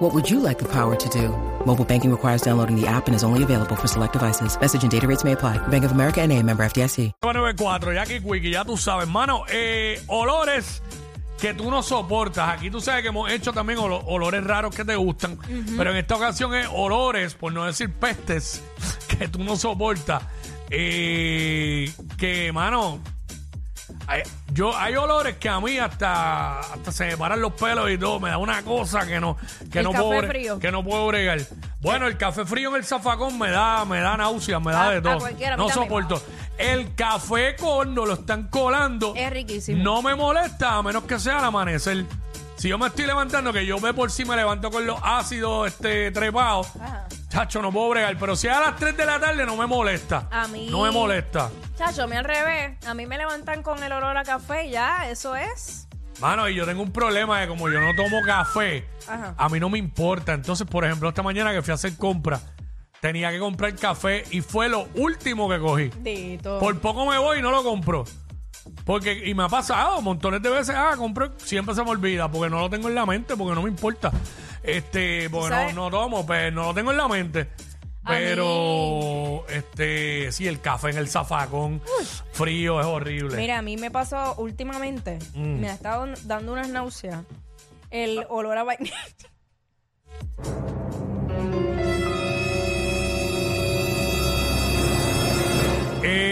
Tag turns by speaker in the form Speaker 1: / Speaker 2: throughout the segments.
Speaker 1: What would you like the power to do? Mobile banking requires downloading the app and is only available for select devices. Message and data rates may apply. Bank of America and a member FDIC.
Speaker 2: 994, Jackie Quickie, ya tú sabes, hermano, eh, olores que tú no soportas. Aquí tú sabes que hemos hecho también olo- olores raros que te gustan, pero en esta ocasión es olores, por no decir pestes, que tú no soportas. Eh, que, mano, hay, yo, hay olores que a mí hasta, hasta se me paran los pelos y todo, me da una cosa que no, que
Speaker 3: El
Speaker 2: no,
Speaker 3: café
Speaker 2: puedo, bre-
Speaker 3: frío.
Speaker 2: que no puedo bregar. Bueno, el café frío en el zafacón me da, me da náuseas, me da
Speaker 3: A-
Speaker 2: de
Speaker 3: a
Speaker 2: todo.
Speaker 3: cualquiera, a mí
Speaker 2: no
Speaker 3: también.
Speaker 2: soporto. El café corno lo están colando.
Speaker 3: Es riquísimo.
Speaker 2: No me molesta a menos que sea al amanecer. Si yo me estoy levantando, que yo me por si me levanto con los ácidos este, trepados,
Speaker 3: Ajá.
Speaker 2: chacho, no puedo bregar. Pero si es a las 3 de la tarde, no me molesta.
Speaker 3: A mí-
Speaker 2: No me molesta.
Speaker 3: Chacho, me al revés. A mí me levantan con el olor a café y ya, eso es.
Speaker 2: Mano, y yo tengo un problema de como yo no tomo café,
Speaker 3: Ajá.
Speaker 2: a mí no me importa. Entonces, por ejemplo, esta mañana que fui a hacer compras, tenía que comprar café y fue lo último que cogí.
Speaker 3: Dito.
Speaker 2: Por poco me voy y no lo compro. Porque, y me ha pasado montones de veces, ah, compro, siempre se me olvida, porque no lo tengo en la mente, porque no me importa. Este, porque no,
Speaker 3: ¿Sabes?
Speaker 2: no tomo, pues no lo tengo en la mente.
Speaker 3: A mí-
Speaker 2: Pero, este, sí, el café en el zafacón frío es horrible.
Speaker 3: Mira, a mí me pasó últimamente, me ha estado dando unas náuseas. El olor a vainilla.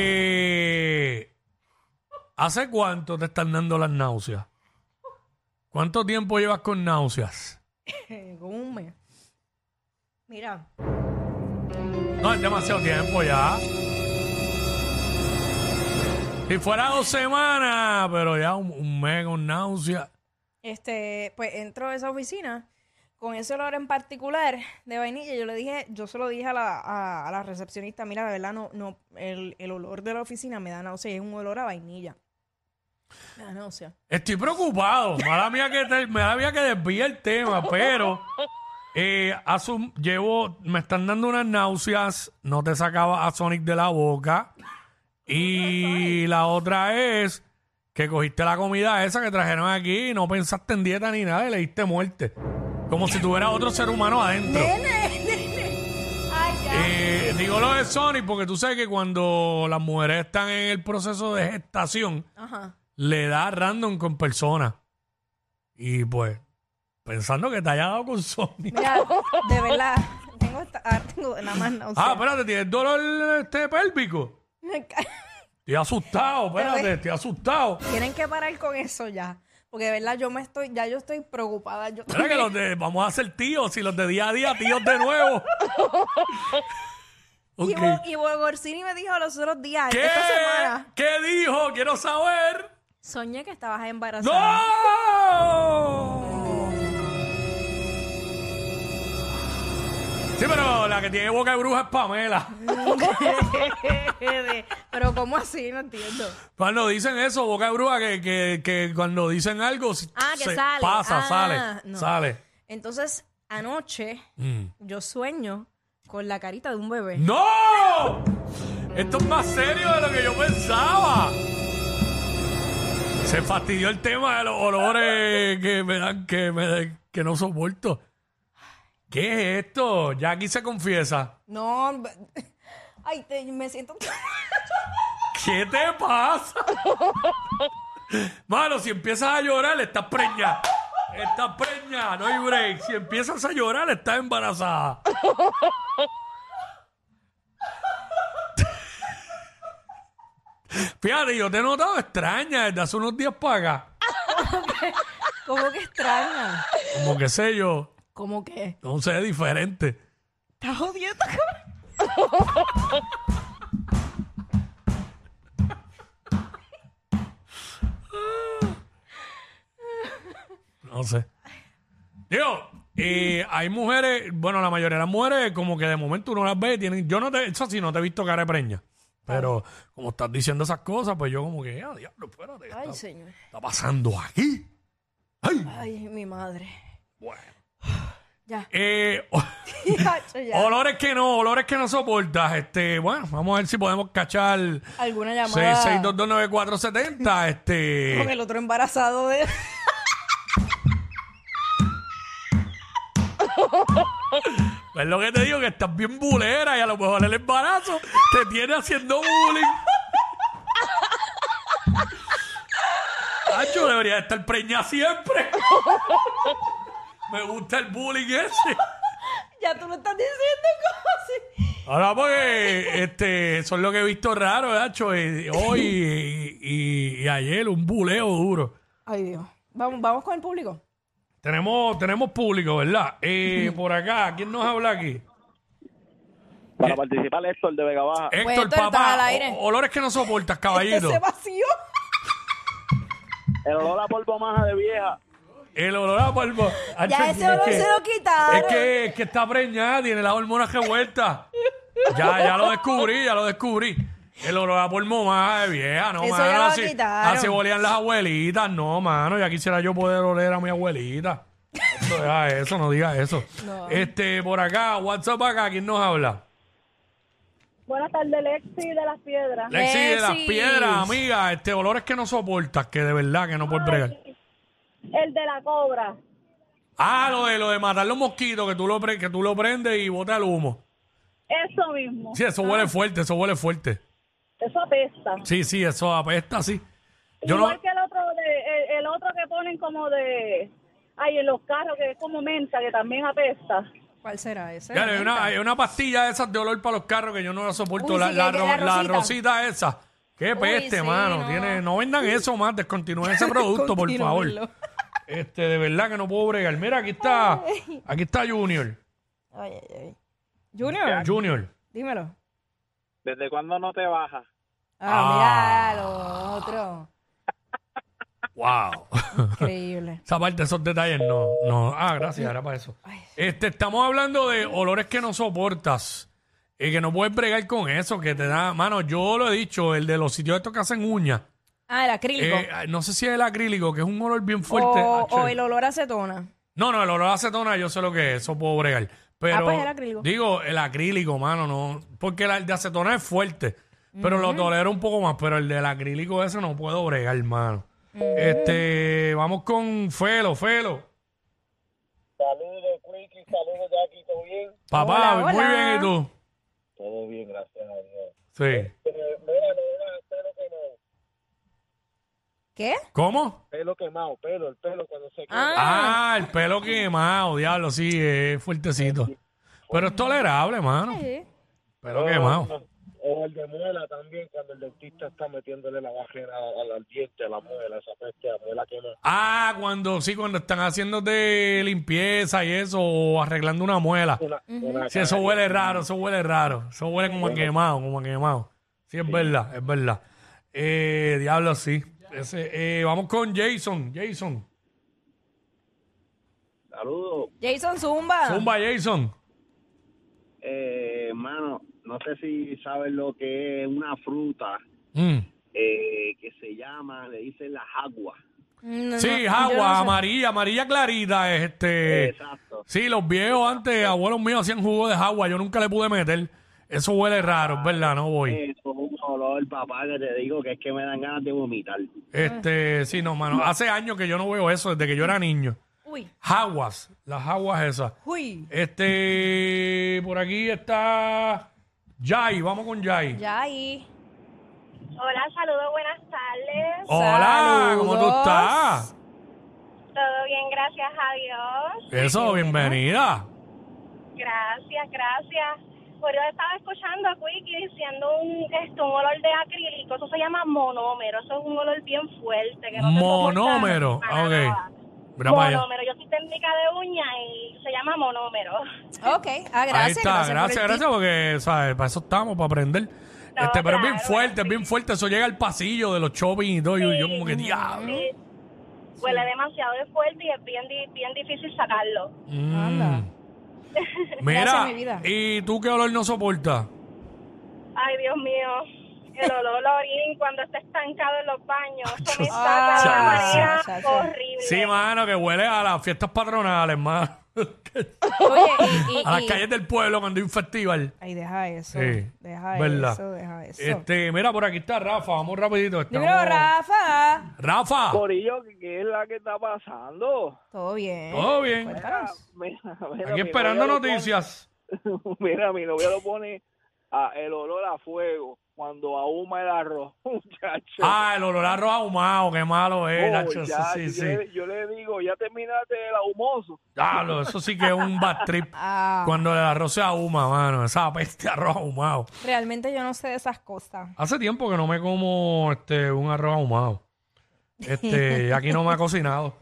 Speaker 2: Eh, ¿Hace cuánto te están dando las náuseas? ¿Cuánto tiempo llevas con náuseas?
Speaker 3: con un mes. Mira,
Speaker 2: No, es demasiado tiempo ya. Si fuera dos semanas, pero ya un, un mes con náuseas.
Speaker 3: este, pues entro a esa oficina con ese olor en particular de vainilla. Yo le dije, yo se lo dije a la, a- a la recepcionista, mira, de verdad, no, no, el, el olor de la oficina me da náusea, es un olor a vainilla. Me da náusea.
Speaker 2: Estoy preocupado. Mala mía que, te- mala mía que desvíe el tema, pero eh, asum- llevo, me están dando unas náuseas. No te sacaba a Sonic de la boca. Y la otra es que cogiste la comida esa que trajeron aquí y no pensaste en dieta ni nada y le diste muerte. Como si tuviera otro ser humano adentro. Eh, digo lo de Sonic porque tú sabes que cuando las mujeres están en el proceso de gestación,
Speaker 3: Ajá.
Speaker 2: le da random con personas. Y pues, pensando que te haya dado con Sony.
Speaker 3: Mira, de verdad, tengo, esta- ah, tengo nada más náusea.
Speaker 2: Ah, espérate, ¿tienes dolor este pélvico?
Speaker 3: Me ca-
Speaker 2: Estoy asustado, espérate,
Speaker 3: Pero-
Speaker 2: estoy asustado.
Speaker 3: Tienen que parar con eso ya. Porque de verdad yo me estoy, ya yo estoy preocupada. Yo
Speaker 2: Espera que los de, vamos a ser tíos, y los de día a día, tíos de nuevo.
Speaker 3: y,
Speaker 2: Ok.
Speaker 3: Bo- y Bo Gorsini me dijo los otros días,
Speaker 2: ¿Qué?
Speaker 3: esta semana,
Speaker 2: ¿Qué dijo? Quiero saber.
Speaker 3: soñé que estabas embarazada.
Speaker 2: ¡No! Sí, pero la que tiene boca de bruja es Pamela.
Speaker 3: Pero ¿cómo así? No entiendo.
Speaker 2: Cuando dicen eso, boca de bruja, que, que, que cuando dicen algo, se-
Speaker 3: Ah, que
Speaker 2: se
Speaker 3: sale.
Speaker 2: pasa,
Speaker 3: Ah,
Speaker 2: sale,
Speaker 3: no.
Speaker 2: sale.
Speaker 3: Entonces, anoche
Speaker 2: Mm.
Speaker 3: yo sueño con la carita de un bebé.
Speaker 2: ¡No! Esto es más serio de lo que yo pensaba. Se fastidió el tema de los olores que me dan, que, me, que no soporto. ¿Qué es esto? Ya aquí se confiesa.
Speaker 3: No, ay, te- me siento...
Speaker 2: ¿Qué te pasa? Mano, si empiezas a llorar, estás preña. Estás preña, no hay break. Si empiezas a llorar, estás embarazada. Fíjate, yo te he notado extraña desde hace unos días para acá.
Speaker 3: ¿Cómo que extraña?
Speaker 2: Como que sé yo,
Speaker 3: ¿Cómo que?
Speaker 2: no sé, diferente.
Speaker 3: ¿Estás jodiendo, cabrón?
Speaker 2: No sé. Digo, eh, hay mujeres, bueno, la mayoría de las mujeres, como que de momento uno las ve, y tienen. Yo no te, eso sí, no te he visto cara de preña. Pero como estás diciendo esas cosas, pues yo como que, ah, diablo, espérate, ¿qué
Speaker 3: Ay,
Speaker 2: está,
Speaker 3: señor.
Speaker 2: está pasando aquí? Ay,
Speaker 3: Ay, mi madre.
Speaker 2: bueno.
Speaker 3: Ya.
Speaker 2: Eh, o-
Speaker 3: Hacho, ya.
Speaker 2: olores que no, olores que no soportas. Este, bueno, vamos a ver si podemos cachar
Speaker 3: Alguna llamada
Speaker 2: 6629470. Este.
Speaker 3: con el otro embarazado de...
Speaker 2: Es lo que te digo, que estás bien bulera y a lo mejor el embarazo te tiene haciendo bullying. Hacho, debería estar preñada siempre. Me gusta el bullying ese.
Speaker 3: ya tú lo estás diciendo como así.
Speaker 2: Ahora porque este, eso es lo que he visto raro, Hacho, eh, hoy y, y- y ayer, un buleo duro.
Speaker 3: Ay, Dios. Vamos, vamos con el público.
Speaker 2: Tenemos, tenemos público, ¿verdad? Eh, por acá, ¿quién nos habla aquí?
Speaker 4: Para participar, Héctor de Vega Baja.
Speaker 3: Pues,
Speaker 2: Héctor,
Speaker 3: Héctor, estás
Speaker 2: papá,
Speaker 3: al aire.
Speaker 2: o- olores que no soportas,
Speaker 3: Este
Speaker 2: caballero.
Speaker 3: se vació.
Speaker 4: El olor a polvo maja de vieja.
Speaker 2: El olor a polvo.
Speaker 3: Ya
Speaker 2: Hacho,
Speaker 3: ese
Speaker 2: es
Speaker 3: olor
Speaker 2: que-
Speaker 3: se lo quitaron.
Speaker 2: Es que, es que está preñada, tiene las hormonas revueltas. ya, ya lo descubrí, ya lo descubrí. El olor a polvo más vieja, no,
Speaker 3: Eso
Speaker 2: mano.
Speaker 3: ya lo
Speaker 2: así,
Speaker 3: quitaron.
Speaker 2: así olían las abuelitas, no, mano. Ya quisiera yo poder oler a mi abuelita. No diga eso, no diga eso.
Speaker 3: No.
Speaker 2: Este, por acá, WhatsApp acá, ¿quién nos habla?
Speaker 5: Buenas tardes, Lexi de las Piedras.
Speaker 2: Lexi de las
Speaker 3: Lexis.
Speaker 2: piedras, amiga. Este olores que no soportas, que de verdad que no por bregar.
Speaker 5: El de la cobra.
Speaker 2: Ah, lo de, lo de matar los mosquitos, que tú lo, pre- que tú lo prendes y bota el humo.
Speaker 5: Eso mismo.
Speaker 2: Sí, eso huele fuerte, eso huele fuerte.
Speaker 5: Eso apesta.
Speaker 2: Sí, sí, eso apesta, sí. Yo no,
Speaker 5: Igual que el otro, de, el, el otro que ponen como de... Ay, en los carros, que es como menta, que también apesta.
Speaker 3: ¿Cuál será ese?
Speaker 2: Claro, hay, una, hay una pastilla de esas de olor para los carros que yo no la soporto.
Speaker 3: Uy,
Speaker 2: la,
Speaker 3: sí,
Speaker 2: la
Speaker 3: que- que
Speaker 2: ro-
Speaker 3: la
Speaker 2: la
Speaker 3: rosita.
Speaker 2: rosita esa. Qué peste,
Speaker 3: sí,
Speaker 2: mano.
Speaker 3: no.
Speaker 2: Tiene, no vendan eso más, descontinúen ese producto, por favor.
Speaker 3: Continúenlo.
Speaker 2: Este, de verdad que no puedo bregar. Mira, aquí está, aquí está Junior.
Speaker 3: Ay, ay, ay. Junior,
Speaker 2: Junior.
Speaker 3: dímelo.
Speaker 4: ¿Desde cuándo no te bajas?
Speaker 3: Ah,
Speaker 2: Ah.
Speaker 3: mira lo otro.
Speaker 2: Wow.
Speaker 3: Increíble.
Speaker 2: Esa parte, esos detalles, no, no. Ah, gracias, era para eso.
Speaker 3: Ay.
Speaker 2: Este, estamos hablando de olores que no soportas y que no puedes bregar con eso, que te da, mano, yo lo he dicho, el de los sitios estos que hacen uñas,
Speaker 3: Ah, el acrílico.
Speaker 2: eh, no sé si es el acrílico, que es un olor bien fuerte. Ah,
Speaker 3: o,
Speaker 2: Hacho,
Speaker 3: o el olor a acetona.
Speaker 2: No, no, el olor a acetona, yo sé lo que es, eso puedo bregar. Pero,
Speaker 3: Ah, pues el acrílico.
Speaker 2: Digo, el acrílico, mano, no, porque la- el de acetona es fuerte, pero lo tolero un poco más, pero el del acrílico ese no puedo bregar, mano. Este, vamos con Felo, Felo.
Speaker 4: Saludos, Quickie. Saludos, Jackie. ¿Todo bien?
Speaker 2: Papá,
Speaker 3: Hola,
Speaker 2: muy
Speaker 3: hola.
Speaker 2: bien, ¿y tú?
Speaker 4: Todo bien, gracias a Dios.
Speaker 2: Sí.
Speaker 4: mira, mira, pelo quemado.
Speaker 3: ¿Qué?
Speaker 2: ¿Cómo?
Speaker 4: Pelo quemado, pelo, el pelo cuando se quema.
Speaker 3: Ah,
Speaker 2: Ah, el pelo quemado, diablo, sí, es fuertecito. Pero es tolerable, mano.
Speaker 3: sí.
Speaker 2: Pelo quemado.
Speaker 4: O el de muela también, cuando el dentista está metiéndole la bajera al, al diente, a la muela, esa peste, a la muela quemada.
Speaker 2: Ah, cuando sí, cuando están haciéndote limpieza y eso, o arreglando una muela.
Speaker 4: Una, una
Speaker 2: Sí, eso
Speaker 4: cara-
Speaker 2: huele raro, eso huele raro. Eso huele como a quemado, como a quemado. Sí, es verdad, es verdad. Eh, diablo, sí. Ese, eh, vamos con Jason, Jason.
Speaker 4: Saludos.
Speaker 3: Jason Zumba.
Speaker 2: Zumba, Jason.
Speaker 4: Eh, hermano, no sé si sabes lo que es una fruta
Speaker 2: Mm.
Speaker 4: eh, que se llama, le dicen las aguas.
Speaker 3: Mm, no,
Speaker 2: Sí,
Speaker 3: no,
Speaker 2: agua,
Speaker 3: yo no sé.
Speaker 2: amarilla, amarilla clarita, es este.
Speaker 4: Exacto.
Speaker 2: Sí, los viejos antes, abuelos míos hacían jugo de agua, yo nunca le pude meter. Eso huele raro, es verdad, no voy.
Speaker 4: Eso es un olor, papá, que te digo que es que me dan ganas de vomitar.
Speaker 2: Este, sí, no, mano. Hace años que yo no veo eso, desde que yo era niño.
Speaker 3: Uy,
Speaker 2: Aguas, las aguas esas.
Speaker 3: uy.
Speaker 2: Este, por aquí está Jai, vamos con Jai.
Speaker 3: Ya ahí.
Speaker 5: Hola, saludos, buenas tardes.
Speaker 2: Hola, ¿cómo tú
Speaker 3: Saludos.
Speaker 2: estás?
Speaker 5: Todo bien, gracias a Dios.
Speaker 2: Eso,
Speaker 3: ¿eh?
Speaker 2: bienvenida.
Speaker 5: Gracias, gracias. Por yo estaba escuchando a Quickie diciendo un, esto, un olor de acrílico. Eso se llama monómero. Eso es un olor bien fuerte. Que no te soporta
Speaker 2: Monómero,
Speaker 5: para nada.
Speaker 2: ok. Mira para allá.
Speaker 5: Monómero, yo soy técnica de uña y se llama monómero.
Speaker 3: Ok, ah, gracias.
Speaker 2: Ahí está, gracias, gracias, porque ¿sabes? para eso estamos, para aprender.
Speaker 5: No,
Speaker 2: este, pero es bien
Speaker 5: claro,
Speaker 2: fuerte,
Speaker 5: sí.
Speaker 2: es bien fuerte. Eso llega al pasillo de los shopping y todo. y yo como que diablo.
Speaker 5: Sí. Huele demasiado de fuerte y es bien, di- bien difícil sacarlo.
Speaker 2: Mm.
Speaker 3: Anda.
Speaker 2: Mira,
Speaker 3: Gracias, mi vida.
Speaker 2: ¿y tú qué olor no soportas?
Speaker 5: Ay, Dios mío. el olor a orín cuando está estancado en los baños. Eso
Speaker 2: Chacho.
Speaker 5: me saca de una manera
Speaker 3: Ah, chacho.
Speaker 5: horrible.
Speaker 2: Sí, mano, que huele a las fiestas patronales, mano.
Speaker 6: Oye, y, y-
Speaker 2: A las
Speaker 6: y-
Speaker 2: calles del pueblo cuando hay un festival.
Speaker 3: Ay, deja eso.
Speaker 2: Sí,
Speaker 3: Deja
Speaker 2: ¿verdad?
Speaker 3: eso, deja eso.
Speaker 2: Este, mira, por aquí está Rafa. Vamos rapidito. estamos-
Speaker 3: Dímelo, Rafa.
Speaker 2: Rafa.
Speaker 4: Corillo, ¿qué es la que está pasando?
Speaker 3: Todo bien.
Speaker 2: Todo bien.
Speaker 3: Cuéntanos.
Speaker 4: Mira, mira,
Speaker 2: Aquí
Speaker 4: mi
Speaker 2: esperando
Speaker 4: novia lo pone-
Speaker 2: noticias.
Speaker 4: mira, mi novia lo pone a el olor a fuego cuando ahuma el arroz, muchacho.
Speaker 2: Ah, el olor a arroz ahumado, qué malo es,
Speaker 4: Oh,
Speaker 2: Nacho. Eso
Speaker 4: ya,
Speaker 2: sí,
Speaker 4: yo,
Speaker 2: sí.
Speaker 4: Le, yo le digo, ya terminaste el ahumoso.
Speaker 2: Diablo, eso sí que es un bad trip.
Speaker 3: Ah,
Speaker 2: Cuando el arroz se ahuma, mano. Esa peste de arroz ahumado.
Speaker 3: realmente yo no sé de esas cosas.
Speaker 2: Hace tiempo que no me como este un arroz ahumado. Este, aquí no me ha cocinado.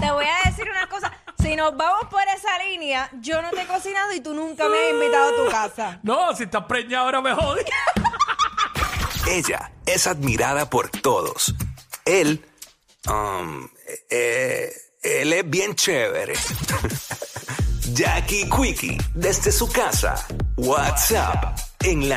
Speaker 3: Te voy a decir una cosa. Si nos vamos por esa línea, yo no te he cocinado y tú nunca me has invitado a tu casa.
Speaker 2: No, si estás preñada ahora me jodí.
Speaker 7: Ella es admirada por todos. Él, um, eh, él es bien chévere. Jackie Quickie, desde su casa. WhatsApp, en la